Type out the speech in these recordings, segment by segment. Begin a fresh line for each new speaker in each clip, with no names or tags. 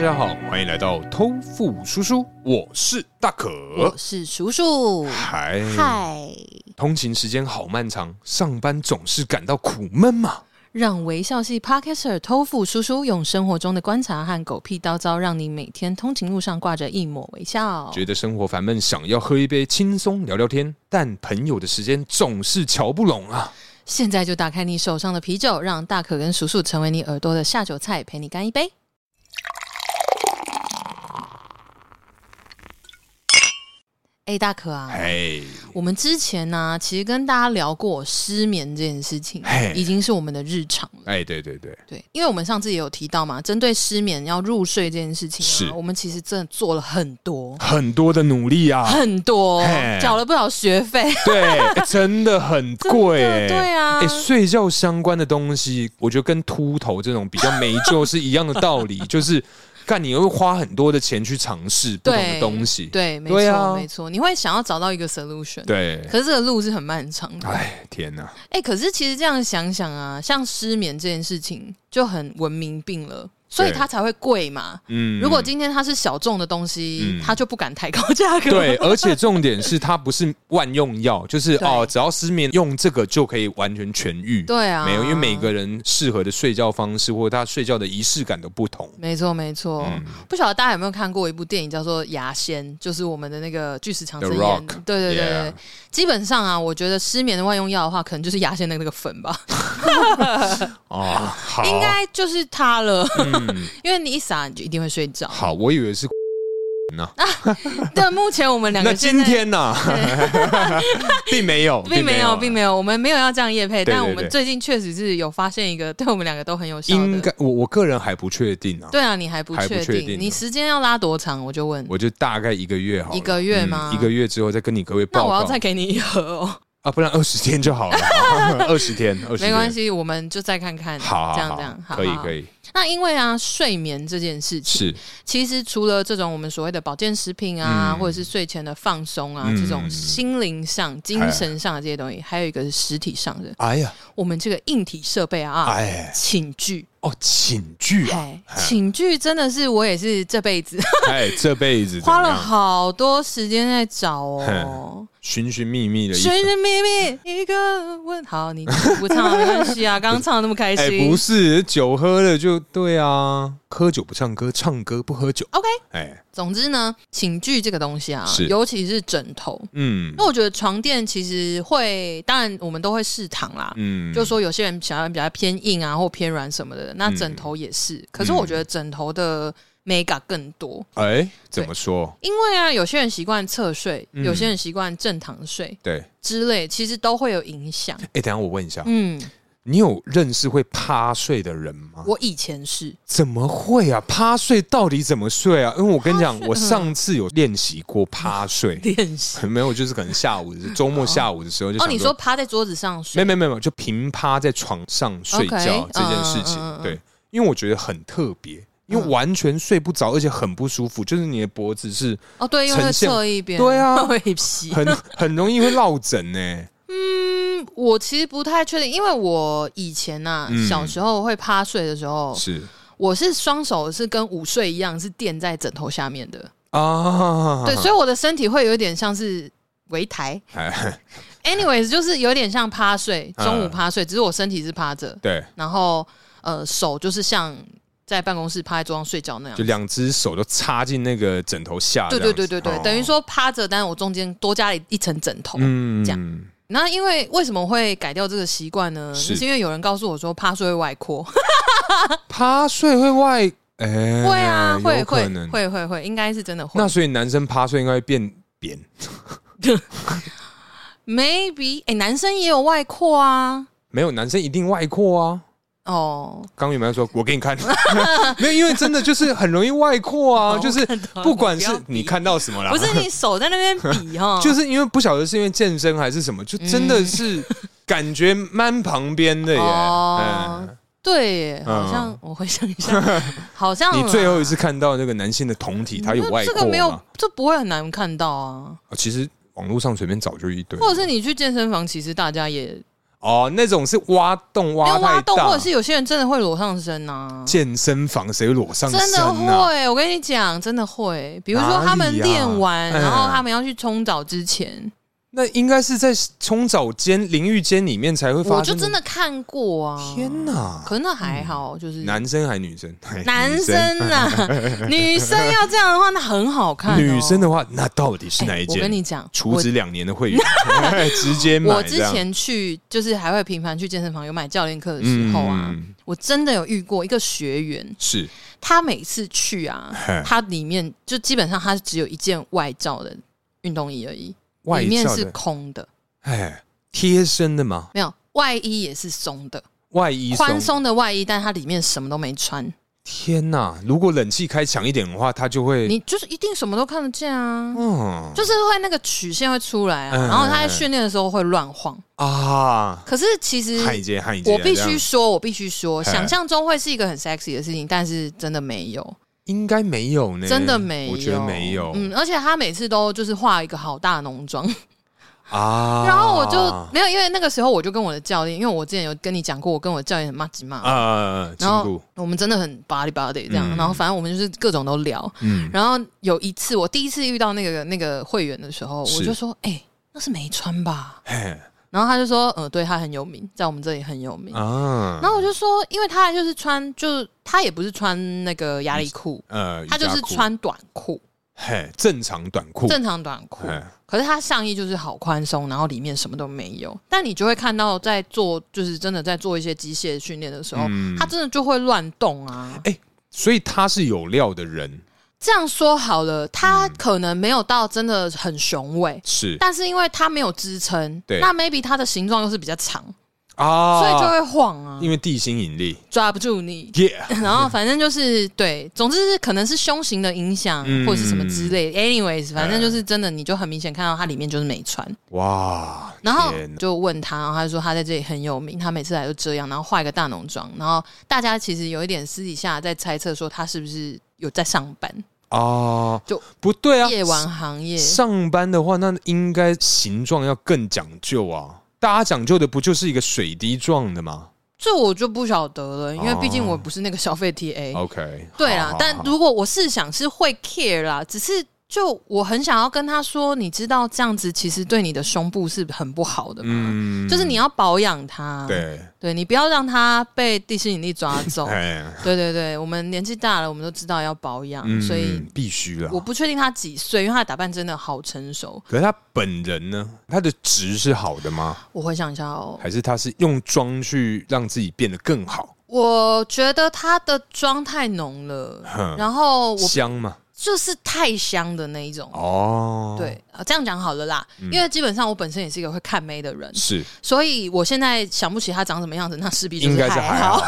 迎来到偷富叔叔，我是大可。
我是叔叔。
嗨，
嗨，
通勤时间好漫长，上班总是感到苦闷嘛。
让微笑系 Podcaster 偷富叔叔用生活中的观察和狗屁叨叨，让你每天通勤路上挂着一抹微笑。
觉得生活烦闷，想要喝一杯轻松聊聊天，但朋友的时间总是瞧不拢啊。
现在就打开你手上的啤酒，让大可跟叔叔成为你耳朵的下酒菜，陪你干一杯。哎，大可啊，
哎，
我们之前呢、其实跟大家聊过失眠这件事情
嘿，
已经是我们的日常了。
哎，对对对，
对，因为我们上次也有提到嘛，针对失眠要入睡这件事情
是
啊，我们其实真的做了很多。
很多的努力啊，
很多
嘿
缴了不少学费，
对，哎真的很贵、哎。
对啊
哎、，睡觉相关的东西，我觉得跟秃头这种比较没救是一样的道 理，就是干你会花很多的钱去尝试不同的
对
东西。
对，没
对啊
错，没错，你会想要找到一个 solution，
对，
可是这个路是很漫长的。
哎，天哪，
哎，可是其实这样想想啊，像失眠这件事情就很文明病了，所以
对
它才会贵嘛。
嗯
如果今天它是小众的东西
嗯，
它就不敢抬高价格。
对，而且重点是它不是万用药，就是
对
哦，只要失眠用这个就可以完全痊愈。
对啊，
没有，因为每个人适合的睡觉方式或他睡觉的仪式感都不同。
没错，没错。
嗯
不晓得大家有没有看过一部电影叫做《牙仙》，就是我们的那个巨石强森
The
演
Rock，
的。对对对对
yeah
基本上啊，我觉得失眠的万用药的话，可能就是牙仙的那个粉吧，
哦，好，
应该就是它了。
嗯，
因为你一撒，你就一定会 睡着。
好，我以为是呢。
但目前我们两
那
个现
今
在
天呢、 并没有，
并没有，并
没
没有，我们没有要这样夜配，
对对
但我们
对
最近确实是有发现一个对我们两个都很有效
应
的。
该我我个人还不确定啊，
对啊，你还不
还不
确
确定呢
你时间要拉多长？我就问，
我就大概一个月好了，嗯
一个月吗
一个月之后再跟你各位
那
报
我要
告
再给你一盒 哦。
啊，不然二十天就好 了，二十天，二十
没关，系，我们就再看看。
好好好，
这样这样，好
可以
好
可以，
那因为啊，睡眠这件事情，
是
其实除了这种我们所谓的保健食品啊，
嗯
或者是睡前的放松啊，
嗯
这种心灵上、精神上的这些东西，还有一个是实体上的，
哎呀，
我们这个硬体设备啊，
哎
寝具。
哦，寝具啊，
哎，寝具真的是我也是这辈子
哎，这辈子怎
花
么
了
样？
好多时间在找哦，
寻寻觅觅的一
寻
生，
寻觅觅一个问。好，你不唱没关系啊，刚刚唱的那么开
哎，
心
不。是酒喝了就对啊，喝酒不唱歌，唱歌不喝酒，
OK，
哎，
总之呢，寝具这个东西啊
是，
尤其是枕头，
嗯
那我觉得床垫其实会，当然我们都会试躺啦。
嗯，
就说有些人想要比较偏硬啊，或偏软什么的，那
嗯
枕头也是。可是我觉得枕头的 mega 更多，
哎，怎么说？
因为啊，有些人习惯侧睡，
嗯
有些人习惯正躺睡
对，
之类，其实都会有影响。
哎、等一下我问一下，
嗯，
你有认识会趴睡的人吗？
我以前是
怎么会啊？趴睡到底怎么睡啊？因为我跟你讲
趴，睡，
我上次有练习过趴睡
练习
没有，就是可能下午周末下午的时候就
哦，
想
你说趴在桌子上
没
睡，
没没有，就平趴在床上睡觉
OK，
这件事情
嗯嗯嗯嗯
对，因为我觉得很特别。因为完全睡不着，而且很不舒服，就是你的脖子是
哦，对，因为
呈现
侧一边，
对啊
会皮。
很很容易会落枕呢、
嗯，我其实不太确定，因为我以前呐、啊，
嗯
小时候会趴睡的时候，
是
我是双手是跟午睡一样，是垫在枕头下面
嗯
的，
啊，
对，所以我的身体会有一点像是围台。
哎
Anyways，就是有点像趴睡，
嗯
中午趴睡，只是我身体是趴着，
对，
然后呃手就是像在办公室趴在桌上睡觉那样
就。两只手都插进那个枕头下这
对
样子，
对对对对，
哦
等于说趴着，但是我中间多加了一层枕头。
嗯
这那因为为什么会改掉这个习惯呢？
是
就是因为有人告诉我说趴睡会外扩，
趴睡会外， 哎、
会啊，会
有可
会
能。
会会会，应该是真的会
那。所以男生趴睡应该会变扁
Maybe，哎、男生也有外扩啊。
没有男生一定外扩啊。
哦，
刚有没有说？我给你 看，没有，因为真的就是很容易外扩啊，
哦
就是
我看到了
不管是
你不要比
你看到什么啦，
不是你手在那边比哈，
就是因为不晓得是因为健身还是什么，就真的
嗯
是感觉蛮旁边的耶。
哦
嗯，
对耶，
嗯
好像我回想一下，好像 啦
哎你最后一次看到那个男性的酮体，他有
那
外
嗯这
扩
个没有
吗？，哦
这不会很难看到啊。
啊其实网络上随便找就一堆，
或者是你去健身房，其实大家也
哦，那种是挖洞
因
挖
为挖
太
洞，或
大
者，是有些人真的会裸上身啊，
健身房谁裸上
真
身
的
啊？
会。我跟你讲，真的会。比如
哪
说
里啊
他们练完，
呀
然后
哎
他们要去冲澡之前，
那应该是在冲澡间、淋浴间里面才会
我
发
就
生。
真的看过啊。
天哪！嗯
可那还好，就是
男生还女生？
男生啊，女生要这样的话，那很好看哦。
女生的话，那到底是
哎
哪一
我跟你
件？
讲，
储
我
值两年的会员，哎 直接买
我之
这样。
前去就是还会频繁去健身房有买教练课的时候啊，
嗯
我真的有遇过一个学员，
是
他每次去啊
嘿，
他里面就基本上他只有一件外罩的运动衣而已，
外
里面
罩
是
的，
空的，
哎，贴身的嘛，
没有外衣也是松的，
外衣
宽
松。
松的外衣，但它里面什么都没穿，
天哪！如果冷气开强一点的话，它就会
你就是一定什么都看得见啊。
嗯
就是会那个曲线会出来啊，
嗯
然后他在训练的时候会乱晃。
啊，
可是其实
害姐害姐，
我必
这
须
样
说，我必须说，
嘿
想象中会是一个很 sexy 的事情，但是真的没有，
应该没有呢，
真的没有，
嗯我觉得没有，
嗯，而且他每次都就是化一个好大浓妆，
啊，
然后我就没有，因为那个时候我就跟我的教练，因为我之前有跟你讲过，我跟我教练很骂几骂，
啊，进
然后
步，
我们真的很 body body 这样，
嗯
然后反正我们就是各种都聊。
嗯，
然后有一次，我第一次遇到那个那个会员的时候，
是
我就说：“哎、那是没穿吧
嘿？”
然后他就说：“呃，对他很有名，在我们这里很有名。
啊，
然后我就说：“因为他就是穿，就是他也不是穿那个压力裤，
呃，
他就
瑜
是
伽裤
穿短裤，
嘿正常短裤，
正常短裤。
嘿
可是他上衣就是好宽松，然后里面什么都没有。但你就会看到，在做就是真的在做一些机械训练的时候，
嗯
他真的就会乱动啊。
所以他是有料的人，
这样说好了，他可能没有到真的很雄伟，
是
但是因为他没有支撑，
对
那 maybe 他的形状又是比较长，
啊，
所以就会晃啊，
因为地心引力
抓不住你。
，yeah，
然后反正就是对，总之是可能是胸型的影响，
嗯
或者是什么之类的。Anyways，反正就是真的，你就很明显看到他里面就是没穿。
哇，
然后
天哪
就问他，然后他就说他在这里很有名，他每次来都这样，然后化一个大浓妆，然后大家其实有一点私底下在猜测说他是不是有在上班，
啊，
就
不对啊，
夜晚行业。
上班的话，那应该形状要更讲究啊。大家讲究的不就是一个水滴状的吗
这我就不晓得了，因为
哦
毕竟我不是那个消费 TA。
？OK，
对
好
啦
好，
但
好
如果我是想是会 care 啦，只是就我很想要跟他说，你知道这样子其实对你的胸部是很不好的嘛，
嗯
就是你要保养它，，
对，
对你不要让它被地心引力抓 走。
哎，
对对对，我们年纪大了，我们都知道要保养，
嗯
所以
必须啦
我。不确定他几岁，因为他的打扮真的好成熟。
可是他本人呢？他的值是好的吗？
我回想一下哦，
还是他是用妆去让自己变得更好？
我觉得他的妆太浓了，
哼，
然后我
香嘛？
就是太香的那一种。
哦，，嗯
对，啊，这样讲好了啦，因为基本上我本身也是一个会看妹的人，
是
所以我现在想不起他长什么样子，那势必就
应该是
还
还 好。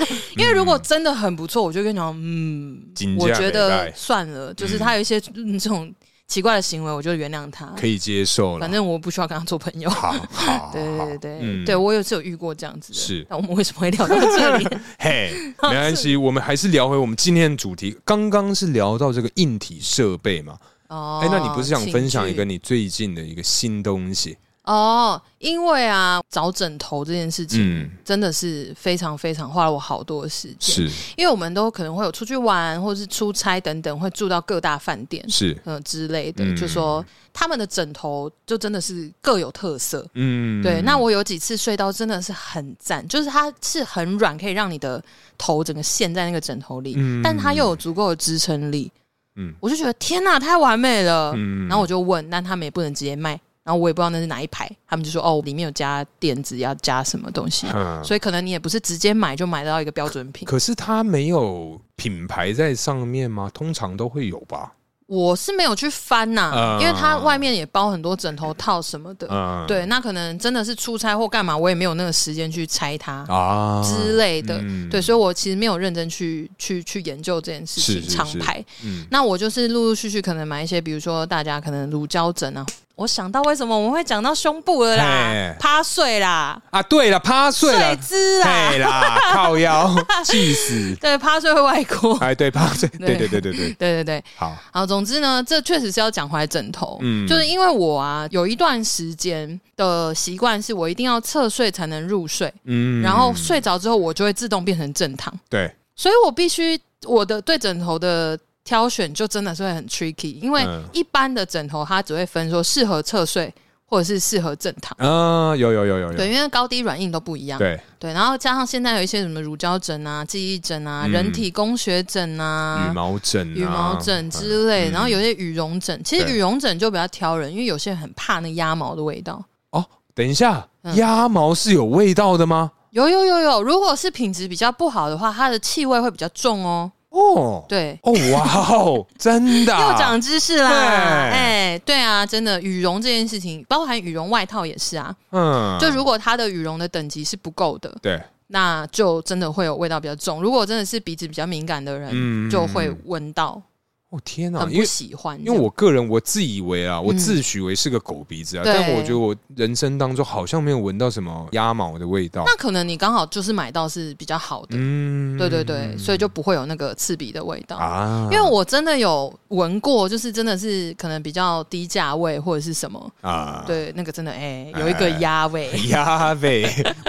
嗯
因为如果真的很不错，我就跟你讲，嗯
金，
我
价
觉
美
得
代
算了，就是他有一些嗯这种奇怪的行为，我就原谅他。
可以接受了
反。正我不需要跟他做朋友。
好好，
对
好
对对对，
嗯
对我有次有遇过这样子的。
是
那我们为什么会聊到 这里？
嘿，没关系，我们还是聊回我们今天的主题。刚刚是聊到这个硬体设备嘛？
哦
哎、那你不是想分享一个
情趣
你最近的一个新东西？
哦？因为啊，找枕头这件事情
嗯，
真的是非常非常花了我好多的时间。
是
因为我们都可能会有出去玩，或是出差等等，会住到各大饭店。
是，
呃之类的，
嗯
就说他们的枕头就真的是各有特色。
嗯，
对，那我有几次睡到真的是很赞，就是它是很软，可以让你的头整个陷在那个枕头里，
嗯
但它又有足够的支撑力。
嗯
我就觉得天哪、太完美了。
嗯
然后我就问，那他们也不能直接卖，然后我也不知道那是哪一排，他们就说哦，里面有加垫子，要加什么东西，
嗯，
所以可能你也不是直接买就买到一个标准品。
可是它没有品牌在上面吗？通常都会有吧？
我是没有去翻呐、
嗯
因为它外面也包很多枕头套什么的。
嗯，
呃对，那可能真的是出差或干嘛，我也没有那个时间去拆它
啊
之类的。
嗯
对，所以我其实没有认真去去去研究这件事情，
是是是
厂牌。
嗯
那我就是陆陆续续可能买一些，比如说大家可能乳胶枕啊，我想到为什么我们会讲到胸部了啦
嘿，
趴睡啦，
啊，对了，趴睡了
睡，啊姿啦，
对 啦，靠腰，气死！
对，趴睡会外扩。
哎，对，趴睡，对
对
对对对对，
对对对，
好，
好，总之呢，这确实是要讲回来枕头，
嗯
嗯， 就是因为我啊，有一段时间的习惯是我一定要侧睡才能入睡，
嗯
然后睡着之后我就会自动变成正躺，
对，
所以我必须我的对枕头的挑选就真的是会很 tricky，因为
嗯
一般的枕头它只会分说适合侧睡或者是适合正躺，
啊，有有有有有，
对，啊因为高低软硬都不一样，
对，
对，然后加上现在有一些什么乳胶枕啊、记忆枕啊、
嗯
人体工学枕啊、
羽毛枕啊，
羽毛枕之类，
嗯
然后有些羽绒枕，其实
对
羽绒枕就比较挑人，因为有些人很怕那鸭毛的味道。
哦，等一下，
嗯
鸭毛是有味道的吗？
有有有有，如果是品质比较不好的话，它的气味会比较重哦。
哦，
对，
哦，哇哦，真的啊，
又长知识啦！
对
哎、对啊，真的，羽绒这件事情，包含羽绒外套也是啊。
嗯，
就如果它的羽绒的等级是不够的，
对，
那就真的会有味道比较重。如果真的是鼻子比较敏感的人，
嗯
就会闻到，
哦天哪，
很
因
不
为
喜欢这
因
样。
为我个人我自以为啊，我
嗯
自诩为是个狗鼻子啊，
对
但我觉得我人生当中好像没有闻到什么鸭毛的味道。
那可能你刚好就是买到是比较好的，
嗯
对对对，所以就不会有那个刺鼻的味道。
啊，
因为我真的有闻过，就是真的是可能比较低价位或者是什么，
啊，
对，那个真的哎、有一个鸭味、
鸭味，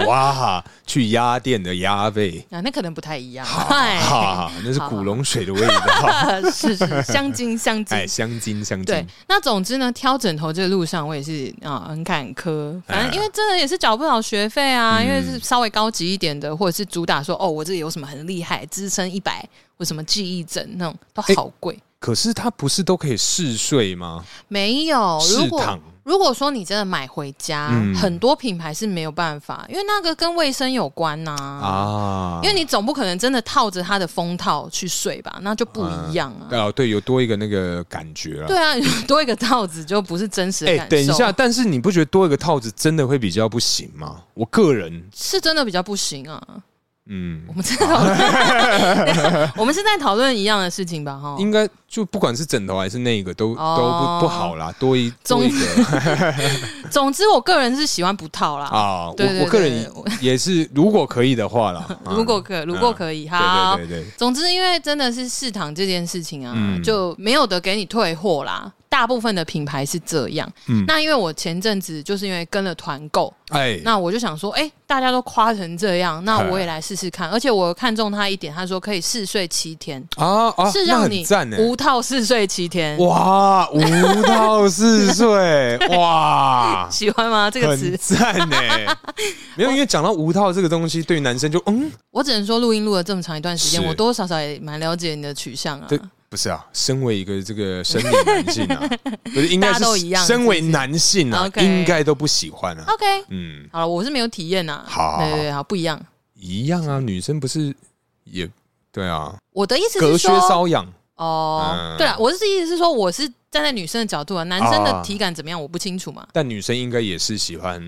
哇，去鸭店的鸭味，
啊，那可能不太一样，哎
哈，那是
好
古龙水的味道，
嗨， 是是香精香精
哎，。香精香
对
精，，
那总之呢，挑枕头这个路上我也是啊、很坎坷，反正因为真的也是缴不少学费啊，
哎嗯
因为是稍微高级一点的，或者是主打说哦，我这里有什么很厉害，支撑一百或什么记忆枕那种都
哎
好贵。
可是它不是都可以嗜睡吗？
没有，
嗜
如果
躺，
如果说你真的买回家，
嗯
很多品牌是没有办法，因为那个跟卫生有关呐、
啊
嗯因为你总不可能真的套着它的风套去睡吧，那就不一样啊。
哦，对，有多一个那个感觉啊。
对啊， 多一个套子就不是真实的
哎、
感受。
等一下，，但是你不觉得多一个套子真的会比较不行吗？我个人，
是真的比较不行啊。
嗯
我，们在讨论， 我们是在讨论一样的事情吧？哈，
应该就不管是枕头还是那个，都、
哦
都不不好啦，多一多
总
一个
总之我个人是喜欢不套啦。
啊。
对对
我我个
对
人
我
也是，如果可以的话啦，啊
如果可如果可以，好。
对对对对，
总之，因为真的是试躺这件事情啊，
嗯
就没有得给你退货啦。大部分的品牌是这样。
嗯
那因为我前阵子就是因为跟了团购，
哎，
那我就想说，哎、大家都夸成这样，那我也来试试看。而且我看中他一点，他说可以试睡七天，
啊啊，
是
那
让
很
你
赞呢。
无套试睡七天。
哇，五到四 岁，哇，
喜欢吗？这个
很
词，
赞呢。 没有，因为讲到无套这个东西，对于男生就嗯，
我只能说录音录了这么长一段时间，
是
我多多少少也蛮了解你的取向啊。
对，不是啊，身为一个这个生理男性 啊，不是应该
大
是
家都一样
身为男性啊
是，不是 OK
应该都不喜欢啊。
OK，
嗯，
好了，我是没有体验呐、啊。
好好
对
好
对对，好不一样。
一样啊，女生不是也对啊，
我的意思
隔
是
靴
说，
搔痒
哦
嗯，
对了，我是意思是说，我是站在女生的角度啊，男生
啊
的体感怎么样，我不清楚嘛。
但女生应该也是喜欢，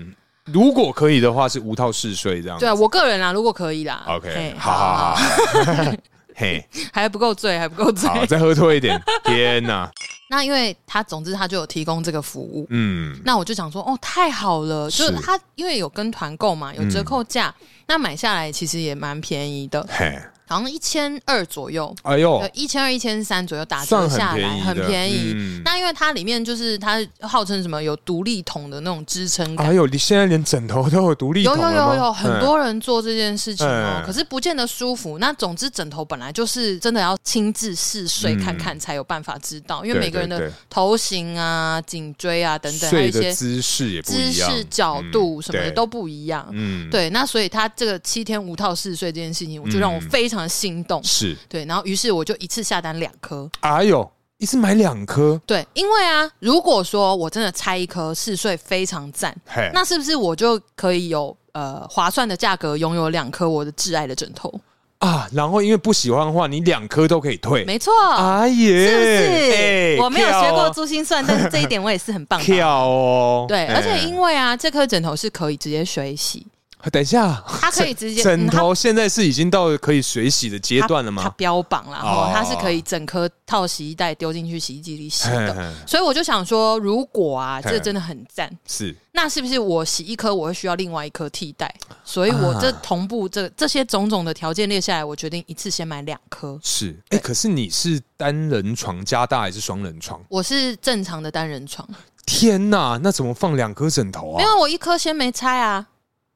如果可以的话是无套嗜睡这样。
对啊，我个人啦，如果可以啦
哦，OK，
嘿
好好好，嘿，
还不够醉，还不够醉。
好，再喝多一点， 天哪，
那因为他，总之他就有提供这个服务，
嗯，
那我就想说，哦，太好了，就是是他因为有跟团购嘛，有
嗯
折扣价，那买下来其实也蛮便宜的，
嘿，
好像一千二左右。
哎呦
呃，，一千二、一千三左右打折
算
下
很
来，
便宜的，
很便宜。
嗯
那因为它里面就是它号称什么有独立桶的那种支撑感，
哎呦，你现在连枕头都有独立
有
筒了
有
吗
有有很多人做这件事情哦，
嗯
可是不见得舒服。那总之，枕头本来就是真的要亲自试睡
嗯
看看才有办法知道，
嗯
因为每个人
对
的
对对
头型啊、颈椎啊等等，还
睡
有一
的
些
姿势也不
姿
一样，嗯
势、角度什么的
对
都不一样。
嗯，
对，那所以他这个七天无套试睡这件事情，我就让我
嗯
非常心动。
是，
对，然后于是我就一次下单两颗。
哎呦，一次买两颗，
对，因为啊，如果说我真的拆一颗试睡非常赞，
嘿，
那是不是我就可以有呃划算的价格拥有两颗我的挚爱的枕头？
啊，然后因为不喜欢的话，你两颗都可以退，
没错，
哎
啊是
耶，
不是？
哎
我没有学过
跳哦
珠心算，但是这一点我也是很棒的。啊
跳哦，
对，而且
哎
因为啊，这颗枕头是可以直接水洗，
等一下，
它可以直接
枕
嗯它
头现在是已经到可以水洗的阶段了
它
吗？
标榜啦，
哦
哦，它是可以整颗套洗衣袋丢进去洗衣机里洗
嘿
的。
嘿
所以我就想说，如果啊，
嘿
这真的很赞，
是
那是不是我洗一颗，我会需要另外一颗替代？所以
啊
我这同步这这些种种的条件列下来，我决定一次先买两颗。
是，哎、
对
可是你是单人床加大还是双人床？
我是正常的单人床，
天呐，那怎么放两颗枕头
没
啊？
有我一颗先没拆啊，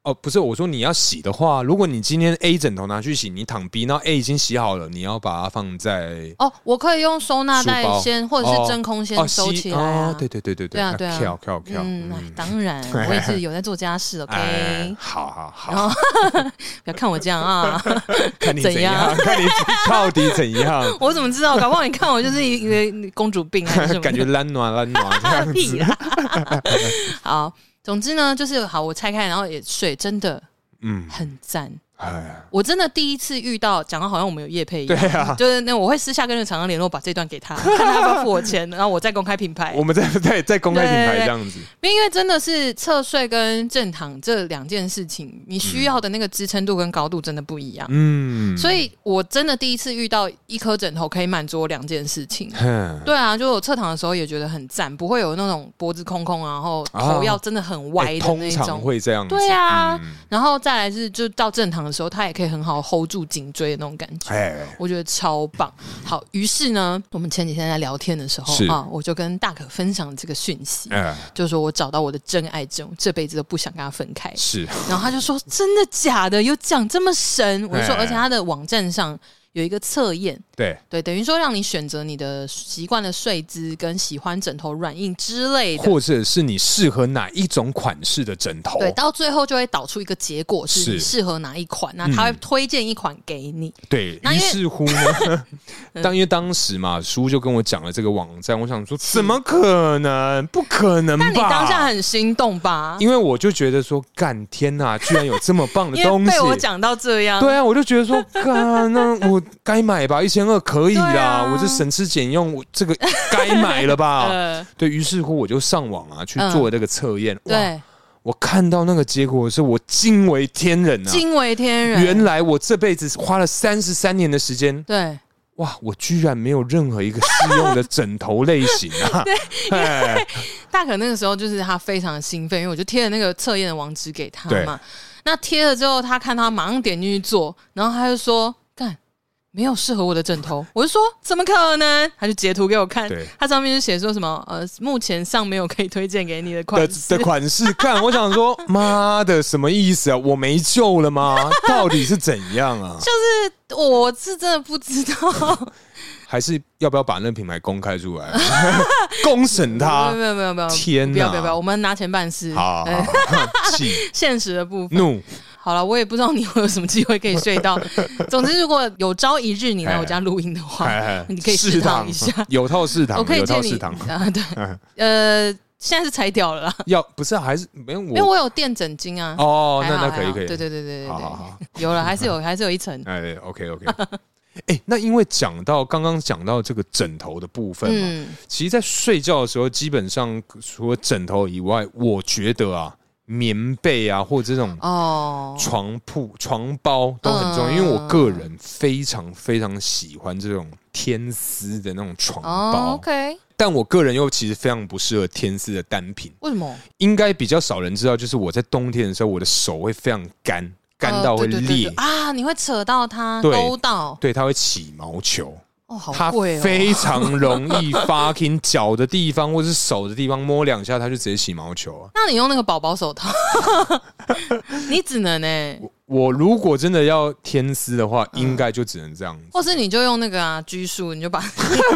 哦，不是，我说你要洗的话，如果你今天 A 枕头拿去洗，你躺 B，那 A 已经洗好了，你要把它放在
哦，我可以用收纳袋
书包
先，或者
哦
是真空先
哦
收
洗
起来啊
哦，。对对对对
对啊对啊
跳跳跳，
嗯，哎
嗯，哎
当 然，我也是有在做家事，OK。
好好好，
然后不要看我这样啊，
看你
怎
怎样，看你到底怎 样，
我怎么知道？搞不好你看我就是一个公 主病啊还是什么？
感 觉懒暖懒暖这样
屁
子，
啦！ 好，总之呢，就是好，我拆开然后也睡，真的
嗯，
很赞。
哎，
我真的第一次遇到，讲的好像我们有业配一
对
样。
啊，
就是那我会私下跟那个厂商联络，把这段给他，看他要不要付 我钱，然后我再公开品牌
我。们在在在公开品牌
对对对
这样子，
因为真的是侧睡跟正躺这两件事情，你需要的那个支撑度跟高度真的不一样。
嗯，
所
以，
以我真的第一次遇到一颗枕头可以满足我两件事情。
哎
对啊，就我侧躺的时候也觉得很赞，不会有那种脖子空空，然后头要真的很歪
哎
的
通
那
常
种。
会这样子，
对啊
嗯，
然后再来是，就到正躺的时候，它也可以很好 hold 住颈椎的那种感觉。
哎，
我觉得超棒。好，于是呢，我们前几天在聊天的时候
是
啊，我就跟大可分享这个讯息，
哎，
就是说我找到我的真爱这种，这辈子都不想跟他分开。
是，
然后他就说：“真的假的？有讲这么神？”我就说：“
哎
而且他的网站上有一个测验，
对，
对，等于说让你选择你的习惯的睡姿跟喜欢枕头软硬之类的。”
或者是你适合哪一种款式的枕头，
对，到最后就会导出一个结果
是嗯
是你适合哪一款，那他会推荐一款给你。
对，
那
于
因为
是乎 呢，当因为当时嘛，叔就跟我讲了这个网站，我想说怎么可能？不可能吧？
但你当下很心动吧？
因为我就觉得说，干天呐、居然有这么棒 的
因
东
为
西
被！我讲到这样，
对啊，我就觉得 说，干那我该买吧，一千二可以
对
啦，
啊
我这省吃俭用，我这个该买了吧？
呃，
对于是乎，我就上网啊去
嗯
做这个测验。哇，
对，
我看到那个结果的时候，我惊为天人啊！
惊为天人。
原来我这辈子花了三十三年的时间，
对，
哇，我居然没有任何一个适用的枕头类型 啊！哎
大可那个时候就是他非常兴奋，因为我就贴了那个测验的网址给他
对
嘛。那贴了之后，他看他马上点进去做，然后他就说：“干，没有适合我的枕头。”我就说：“怎么可能？”他就截图给我看
对，
他上面就写说什么呃，目前尚没有可以推荐给你的款
的
式
的。款式， 看我想说，妈的，什么意思啊？我没救了 吗？到底是怎样啊？
我是真的不知道，
还是要不要把那品牌公开出来，啊 公审他
没有？没有没有没有，
啊天
不要
哪
不要不要，我们拿钱办事。
好，好
呃
好气
现实的部分。
怒，
好了，我也不知道你会有什么机会可以睡 到。总之，如果有朝一日你来我家录音的话，
哎
你可以
试
试
躺
躺一下，
有套试躺，
我可以
有
借
套
你
试躺，
啊， 对，
嗯
呃，现在是拆掉了啦，
要不是啊还是没有
因为
我
我有垫枕巾啊。
哦，
还
那
好
那可以
还好
可以，
对对对对对
好好
对，
好。
有了，还是有，还是有一层。
哎，OK OK。哎， 那因为讲到刚刚讲到这个枕头的部分嘛，
嗯，
其实，在睡觉的时候，基本上除了枕头以外，我觉得啊，棉被啊，或者这种
哦，
床铺、床包都很重要，
嗯
因为我个人非常非常喜欢这种天丝的那种床
哦
包，
，OK，
但我个人又其实非常不适合天丝的单品，
为什么？
应该比较少人知道，就是我在冬天的时候，我的手会非常干，干到会
呃对对对
裂
对，啊！你会扯到它，
对
勾到，
对，它会起毛球。
哦，
它
好贵哦，
非常容易 fucking 脚的地方或是手的地方摸两下，它就直接起毛球啊！
那你用那个宝宝手套， 你只能呢、
我如果真的要天丝的话，
嗯
应该就只能这样子，
或是你就用那个啊拘束，你就把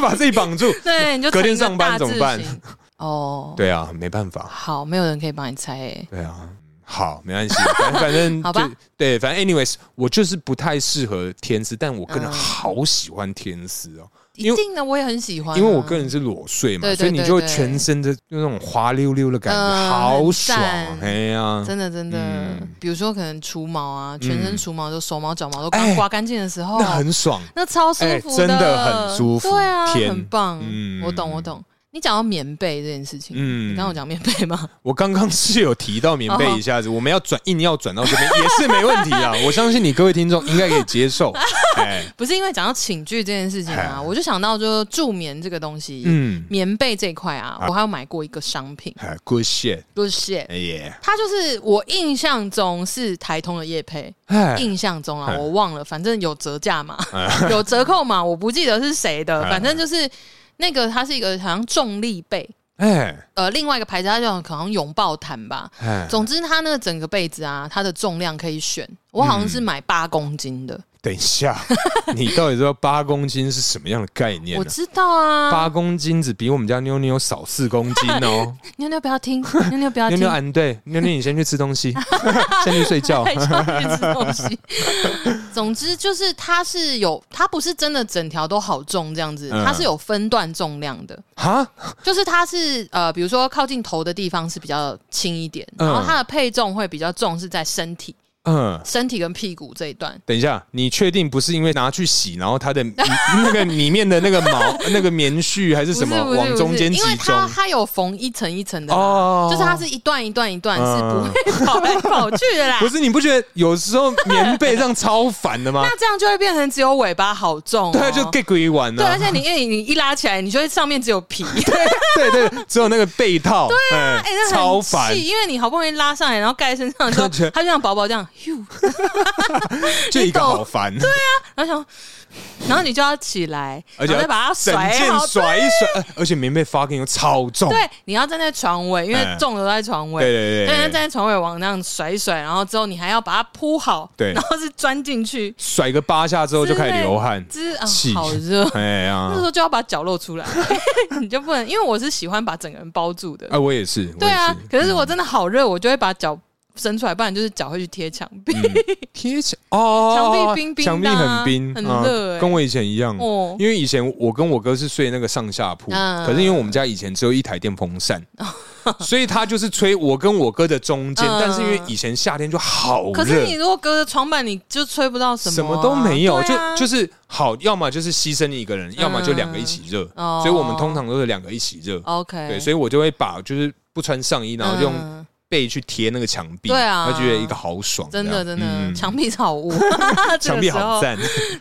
把自己绑住。
对，你就
隔天
成一
上
个
班
大
怎么办
字形？哦，
对啊，没办法，
好，没有人可以帮你欸猜诶、
对啊，嗯好，没关系，反正反正
好吧
就对，反正 anyways，我就是不太适合天丝，但我个人
嗯
好喜欢天丝哦，因
一
为
定的，我也很喜欢啊、
因为我个人是裸睡嘛，
对对
所以你
对
就会
对
全身的那种滑溜溜的感觉，
嗯
好
很
爽
赞，
哎呀，
真的真的，
嗯
比如说可能除毛啊，全身除毛，就手毛脚毛都
哎
刚刮干净的时候，
那很爽。
那超舒服
哎真的很舒服
对啊，
天
很棒。
嗯
我懂，我懂。你讲到棉被这件事情，
嗯
嗯，你刚刚有讲棉被吗？
我刚刚是有提到棉被
哦
一下子，我们要转硬要转到这边也是没问题 啊，我相信你各位听众应该可以接受。哎，
不是因为讲到寝具这件事情啊，
哎
我就想到就是助眠这个东西，
嗯，
棉被这一块啊，
啊
我还有买过一个商品，
哎，good shit，
不是。
哎耶，
它就是我印象中是台通的叶配，
哎，
印象中啊
哎，
我忘了，反正有折价嘛， 有折扣嘛，我不记得是谁的，
哎
反正就是那个它是一个好像重力被，
哎，
呃，另外一个牌子它叫好像拥抱毯吧。
哎，
总之，它那个整个被子啊，它的重量可以选，我好像是买八公斤的，
等一 下，你到底知道八公斤是什么样的概念
我
呢？
知道啊。
八公斤只比我们家妞妞少四公斤 哦。
妞妞不要听，妞妞不要
妞
听，
妞安对，妞 妞你先去吃东 西，先去睡觉。
太像去吃东 西。总之就是它是有，它不是真的整条都好重这样子，
嗯
它是有分段重量的，
哈，
就是它是呃，比如说靠近头的地方是比较轻一点，
嗯
然后它的配重会比较重是在身体、
嗯，
身体跟屁股这一段。
等一下，你确定不是因为拿去洗，然后它的 那个里面的那个毛、 那个棉絮还是
不
什
是
么
不是
往中间
不
集
是因为
中？
它它有缝一层一层的啦，
哦
就是它是一段一段一段，
嗯
是不会跑来跑去的啦。
不是，你不觉得有时候棉被上超烦的 吗？
那这样就会变成只有尾巴好重、哦，
对啊，就 get 鬼玩啊
对，而
呢。
且你因为你一拉起来，你就会上面只有皮，
对对，对只有那个被套，对啊
啊哎、那 很
超烦，
气，因为你好不容易拉上来，然后盖在身上的时 候
觉得
它就像薄薄这样，咻，
就一个
你懂啊
好烦。对，
然后想，然后你就要起来，
而且
然后再把它
整
甩
件
好。
甩一甩，呃而且棉被 fucking 又超重。
对，你要站在床尾，因为
嗯
重的都在床尾。
对对对
但是
对
站
对，
在床尾往那样甩一甩，然后之后你还要把它铺好，
对
然后是钻进去，
甩个八下之后就开始流汗，
之啊
气，
好热。
哎
那
呀
时， 候就要把脚露出来， 你就不能，因为我是喜欢把整个人包住的。
啊，我也是，
对啊
我也，是嗯
可是我真的好热，我就会把脚伸出来，不然就是脚会去贴墙壁。
嗯贴墙哦，
墙壁冰冰的
墙
啊
壁很冰，
很
啊
热欸
跟我以前一样。
哦，
因为以前我跟我哥是睡那个上下铺，
嗯
可是因为我们家以前只有一台电风扇，所以他就是吹我跟我哥的中间。
哦嗯
但是因为以前夏天就好
可是
热
你，如果隔着床板，你就吹不到什么、啊，
什么都没有，
对啊、嗯
就就是好，要么就是牺牲一个人，要么就两个一起热。
哦
所以我们通常都是两个一起热。
OK，
对，所以我就会把就是不穿上衣，然后用
嗯
背去贴那个墙壁，
对啊
他觉得一个好爽这
真
样，
的真
嗯
的墙、壁是好污，
墙壁
这个时候
好，赞，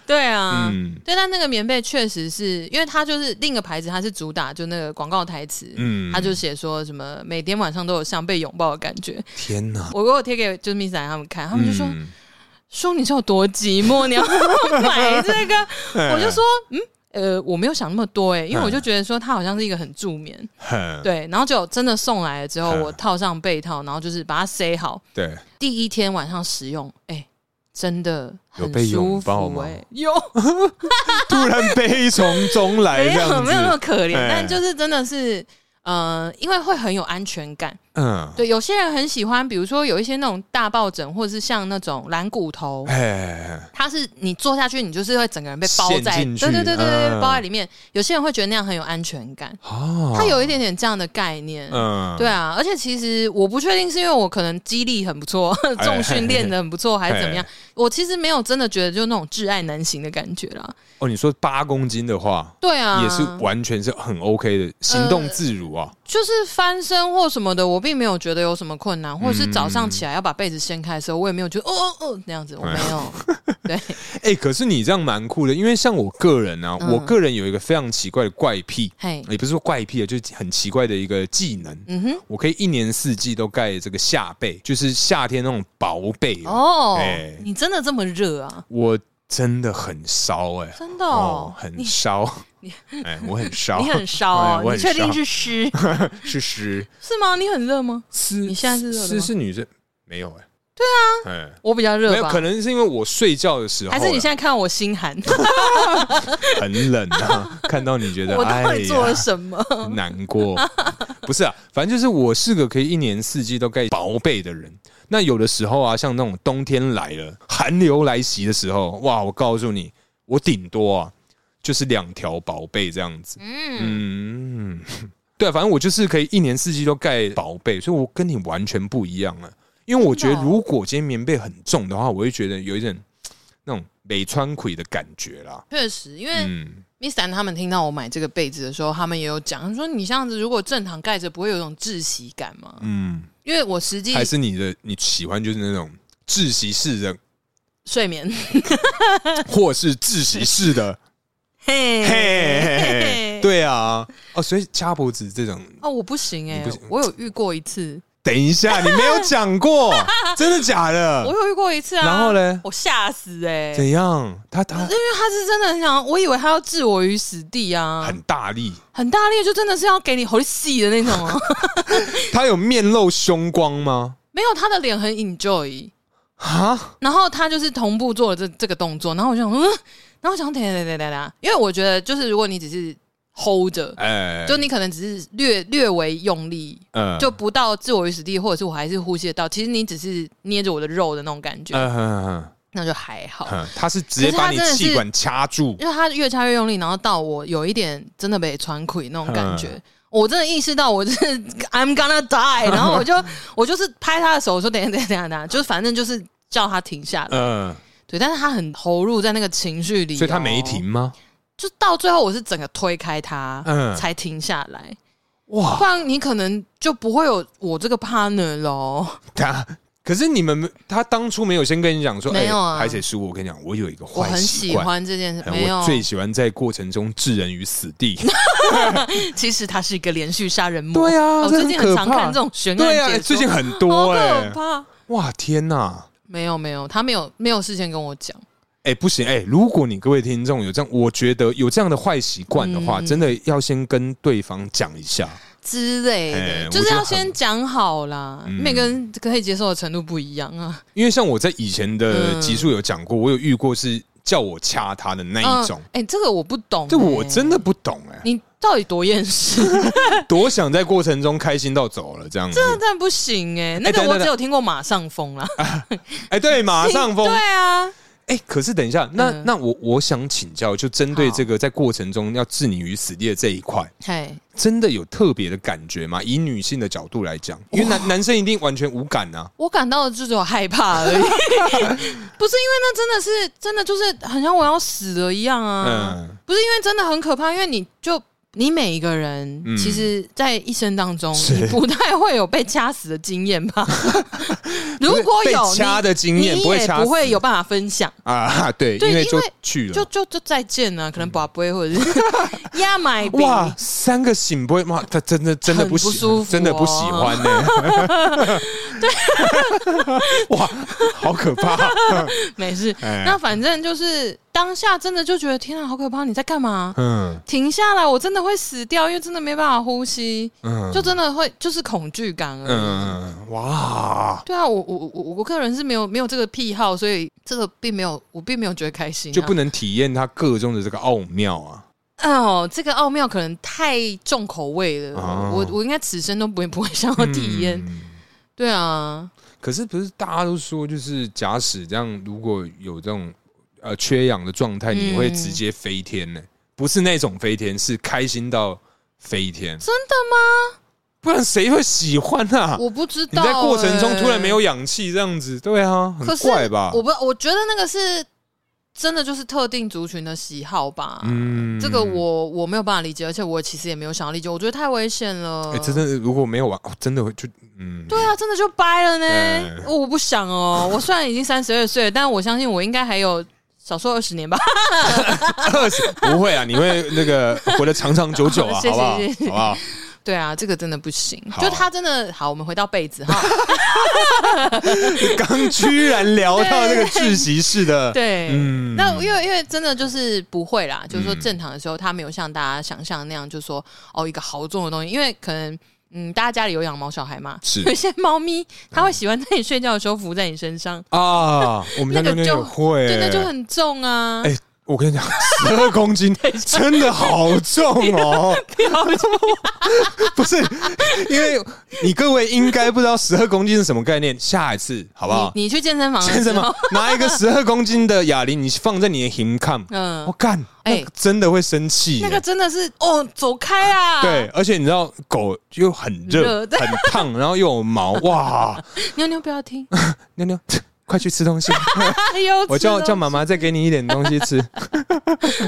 对 啊。
嗯
对，但那个棉被确实是因为它就是另一个牌子，它是主打就那个广告台词，
嗯
它就写说什么每天晚上都有像被拥抱的感觉。
天哪，
我给我贴给就是 Miss 兰他们看，他
他
们就说、说你是有多寂寞，你要 买这 个，我就说嗯呃我没有想那么多哎、因为我就
嗯
觉得说它好像是一个很助眠，
对
对，然后就真的送来了之后，
嗯
我套上被套，然后就是把它塞好。
对，
第一天晚上使用，哎、真的
有
很
被
舒
拥抱
服
吗
哎、有
突然悲从中来
没
这
有
样
没有那么
子，
可怜，
哎
但就是真的是。呃，因为会很有安全感。
嗯，
对，有些人很喜欢，比如说有一些那种大抱枕，或者是像那种蓝骨头，
哎，
它是你坐下去，你就是会整个人被包
陷
在，
进
对
去
对对对对，
嗯
包在里面。有些人会觉得那样很有安全感，
哦，
它有一点点这样的概念。
嗯，
对啊，而且其实我不确定是因为我可能肌力很不错，
哎
重训练的很不错，还是怎么样？我其实没有真的觉得就那种挚爱难行的感觉啦。
哦，你说八公斤的话。
对啊，
也是完全是很 OK 的，行动自如啊！
就是翻身或什么的，我并没有觉得有什么困难，或者是早上起来要把被子掀开的时候，我也没有觉得哦哦哦那样子，我没 有。对，
哎，可是你这样蛮酷的，因为像我个人啊，
嗯
我个人有一个非常奇怪的怪癖，
嘿，
也不是说怪癖啊，就是很奇怪的一个技能。
嗯哼，
我可以一年四季都盖这个夏被，就是夏天那种薄被。哦，
哦
哎，
你真的这么热啊？
我真的很烧哎、
真的哦，
很
你
烧， 哎、我很烧，
你很烧哦
哎，我很
你确定
烧
是湿
是湿，
是吗？你很热吗？
是
你现在是热的
是
吗
是女生没有哎、对啊，哎、
我比较
没
热
有，
吧
可。能是因为我睡觉的时候、
还是你现在看我 心寒，
在很冷啊，看到你觉得
我到
哎
底做
呀
了什么？
难过， 不是啊，反正就是我是个可以一年四季都盖薄被的人。那有的时候啊，像那种冬天来了，寒流来袭的时候，哇，我告诉你，我顶多啊就是两条薄被这样子，
嗯，
嗯，对，反正我就是可以一年四季都盖薄被，所以我跟你啊完全不一样了。因为我觉得，
真的哦
如果今天棉被很重的话，我会觉得有一点那种美川葵的感觉啦。
确实，因为
嗯，
Miss Dan 他们听到我买这个被子的时候，他们也有讲，他说你这样子如果正躺盖着，不会有一种窒息感吗？
嗯，
因为我实际
还是你的你喜欢就是那种窒息式的，
睡眠，
或是窒息式 的，
嘿
嘿嘿， 嘿对啊，哦，所以掐脖子这种，
哦，我不行哎、
你不行
我有遇过一次，
等一下你没有讲 过，真的假的
我？有遇过一次啊。
然后嘞
我吓死哎、
怎样？他
因
他
为他是真的很想，我以为他要置我于死地啊，
很
很
大力，
大力，就真的是要给你吼戏的那种、啊。
他有面露凶光吗？
没有，他的脸很 enjoy，
啊，
然后他就是同步做了这这个动作，然后我就想，嗯，然后我想，等一下等一下等一下，因为我觉得就是如果你只是 hold 着，
哎，
就你可能只是略略微用力，
嗯
就不到置我于死地，或者是我还是呼吸得到，其实你只是捏着我的肉的那种感觉，
嗯哼哼
那就还好。
哼，他是直接把你
可是他真哦的是
气管掐住，
因为他越掐越用力，然后到我有一点真的被穿溃那种
嗯
感觉。我真的意识到我是 I'm gonna die，然后我就 我就是拍他的手，我说等一下等一下等一下等一下，就是反正就是叫他停下来。
嗯，
对，但是他很投入在那个情绪里、哦
所以他没停，吗？
就到最后我是整个推开他，
嗯
才停下来，
哇，
不然你可能就不会有我这个 partner 喽。
他可是你们没他当初没有先跟你讲说，
没有啊
哎，而且叔，我跟你讲，我有一个
我
坏
很
习
喜
惯。
欢这件事，
哎
没有
我，最喜欢在过程中置人于死地。
其实他是一个连续杀人魔。
对啊
我
这
最近
很可
常
怕
看这种悬案
对啊，
解
哎
说
最近很
好
多哎
可，怕。
哇，天哪！
没有没有，他没有没有事先跟我讲，
哎，不行哎，如果你各位听众有这样，我觉得有这样的坏习惯的话，
嗯
真的要先跟对方讲一下。
之类
哎
的，就
我觉
是
得
要
很
先讲好啦。
嗯
每个人可以接受的程度不一样啊。
因为像我在以前的
嗯
集数有讲过，我有遇过是叫我掐他的那一种
嗯，，哎、这个我不懂、
这我真
的，
的不懂哎，
你到底多 厌世？
多想在过程中开心到走了这样子。
但不行哎、那个
等等
我
等
只有听过马上疯啦，
哎，对，马上疯
对，啊，
哎、可是等一下，那、
嗯
那我我想请教，就针对
好
这个在过程中要置你于死地的这一块，
嘿，
真的有特别的感觉吗？以女性的角度来讲，因为男男生一定完全无感啊。
我感到的就只有害 怕而已，不是因为那真的是真的就是很像我要死了一样啊。
嗯，
不是因为真的很可怕，因为你就你每一个人，
嗯
其实，在一生当中，
是
你不太会有被掐死的经验 吧？如果
不
有
是被掐的经验
你
不会
你也
掐死
不会有办法分享，
啊，对，
对
因为就
因为
去了，
就就就再见啊了，可能宝贝或 者是压买饼。
哇，三个醒不会哇，他真的真的不喜
很不舒服哦
真的不喜欢呢、对，哇，好可怕，
没事。
哎
那反正就是当下真的就觉得天啊，好可怕！你在干嘛？
嗯
停下来，我真的会死掉，因为真的没办法呼吸，
嗯
就真的会就是恐惧感而已。
嗯，哇，
对啊，我我我我个人是没有没有这个癖好，所以这个并没有，我并没有觉得开心、啊。
就不能体验它各中的这个奥妙啊。
哦，这个奥妙可能太重口味了，
哦
我我应该此生都不会不会想要体验。
嗯
对啊，
可是不是大家都说，就是假使这样，如果有这种呃缺氧的状态，
嗯
你会直接飞天呢、不是那种飞天，是开心到飞天。
真的吗？
不然谁会喜欢啊？
我不知
你
道、
在过程中
欸
突然没有，氧气，这样子，对啊，很
可是
怪吧？
我不，我觉得那个是真的就是特定族群的喜好吧。
嗯
这个我我没有办法理解，而且我其实也没有想要理解，我觉得太危险了。
哎、真的如果没有玩，哦真的会就嗯，
对啊，真的就掰了呢
对。
我我不想哦，我虽然已经三十二岁了，但我相信我应该还有少说二十年吧。
二十不会啊，你会那个活得长长久久 啊，
谢谢
好不好？
谢谢
好不好？
对啊，这个真的不行
好。
就他真的好，我们回到 被子哈。
刚居然聊到那个窒息式的，
对，
嗯
那因为因为真的就是不会啦，就是说正常的时候，他没有像大家想象那样，就说哦一个好重的东西，因为可能。嗯，大家家里有养猫小孩嘛？
是
有些猫咪它会喜欢在你睡觉的时候伏在你身上，
啊，我们家妞
那个
妞
就
也会、
对，那就很重啊。
哎、我跟你讲，十二公 斤真的好重哦！ 不是，因为你各位应该不知道十二公斤是什么概念，下一次好不好？
你你去健身房 的
先生
时 候
们，拿一个十二公斤的哑铃，你放在你的 him cam，
嗯
我干，
哎
哎，真的会生气耶。
那个真的是哦，走开啊！
对，，而且你知道狗又很热、
热对
很烫，然后又有毛，哇！
妞妞不要听，
妞妞， 快去吃东西，
又
我叫
吃
叫
东
妈妈再给你一点东西 吃。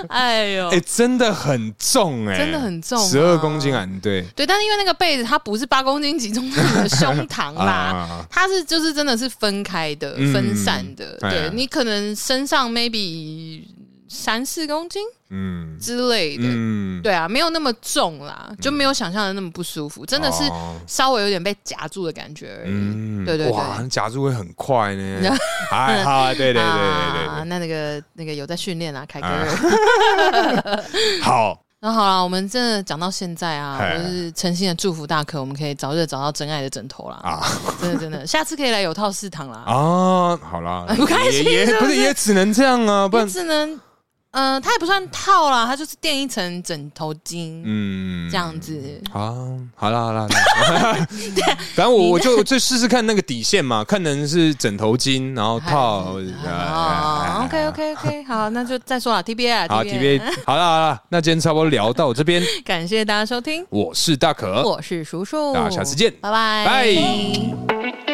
哎呦，
哎、真的很重哎、
真的很重啊
十二公斤啊，对
对，但是因为那个被子它不是八公斤集中在你的胸膛 啦，
啊，
它是就是真的是分开的、
嗯
分散的。
哎呀
对你可能身上 maybe 三四公斤
嗯
之类的，
嗯，
对啊，没有那么重啦，就没有想象的那么不舒服，真的是
哦
稍微有点被夹住的感觉而已。
嗯
对对对。
哇，夹住会很快 呢。哎，好啊，对对对对
啊，
对
那那个那个有在训练啊，凯哥。
啊
啊
对，好，
那 好啦，我们真的讲到现在啊，
哎
我就是诚心的祝福大可，我们可以早日找到真爱的枕头啦。
啊
真的真的，下次可以来有套试堂啦。
啊，好 啦，
很不开心
也也
是
不
不
是
是
也只能这样啊，不
也
然
只能，嗯、它也不算套啦，它就是垫一层枕头巾、
嗯
这样子。
啊，好啦好啦，好 啦反正我我就就试试看那个底线嘛，看能是枕头巾，然后套哎
哦
哎
，OK OK OK，好，那就再说啦 t b a
好 T B，好啦好啦，那今天差不多聊到这边，
感谢大家收听，
我是大可，
我是叔叔，
大家下次见
拜拜，
拜。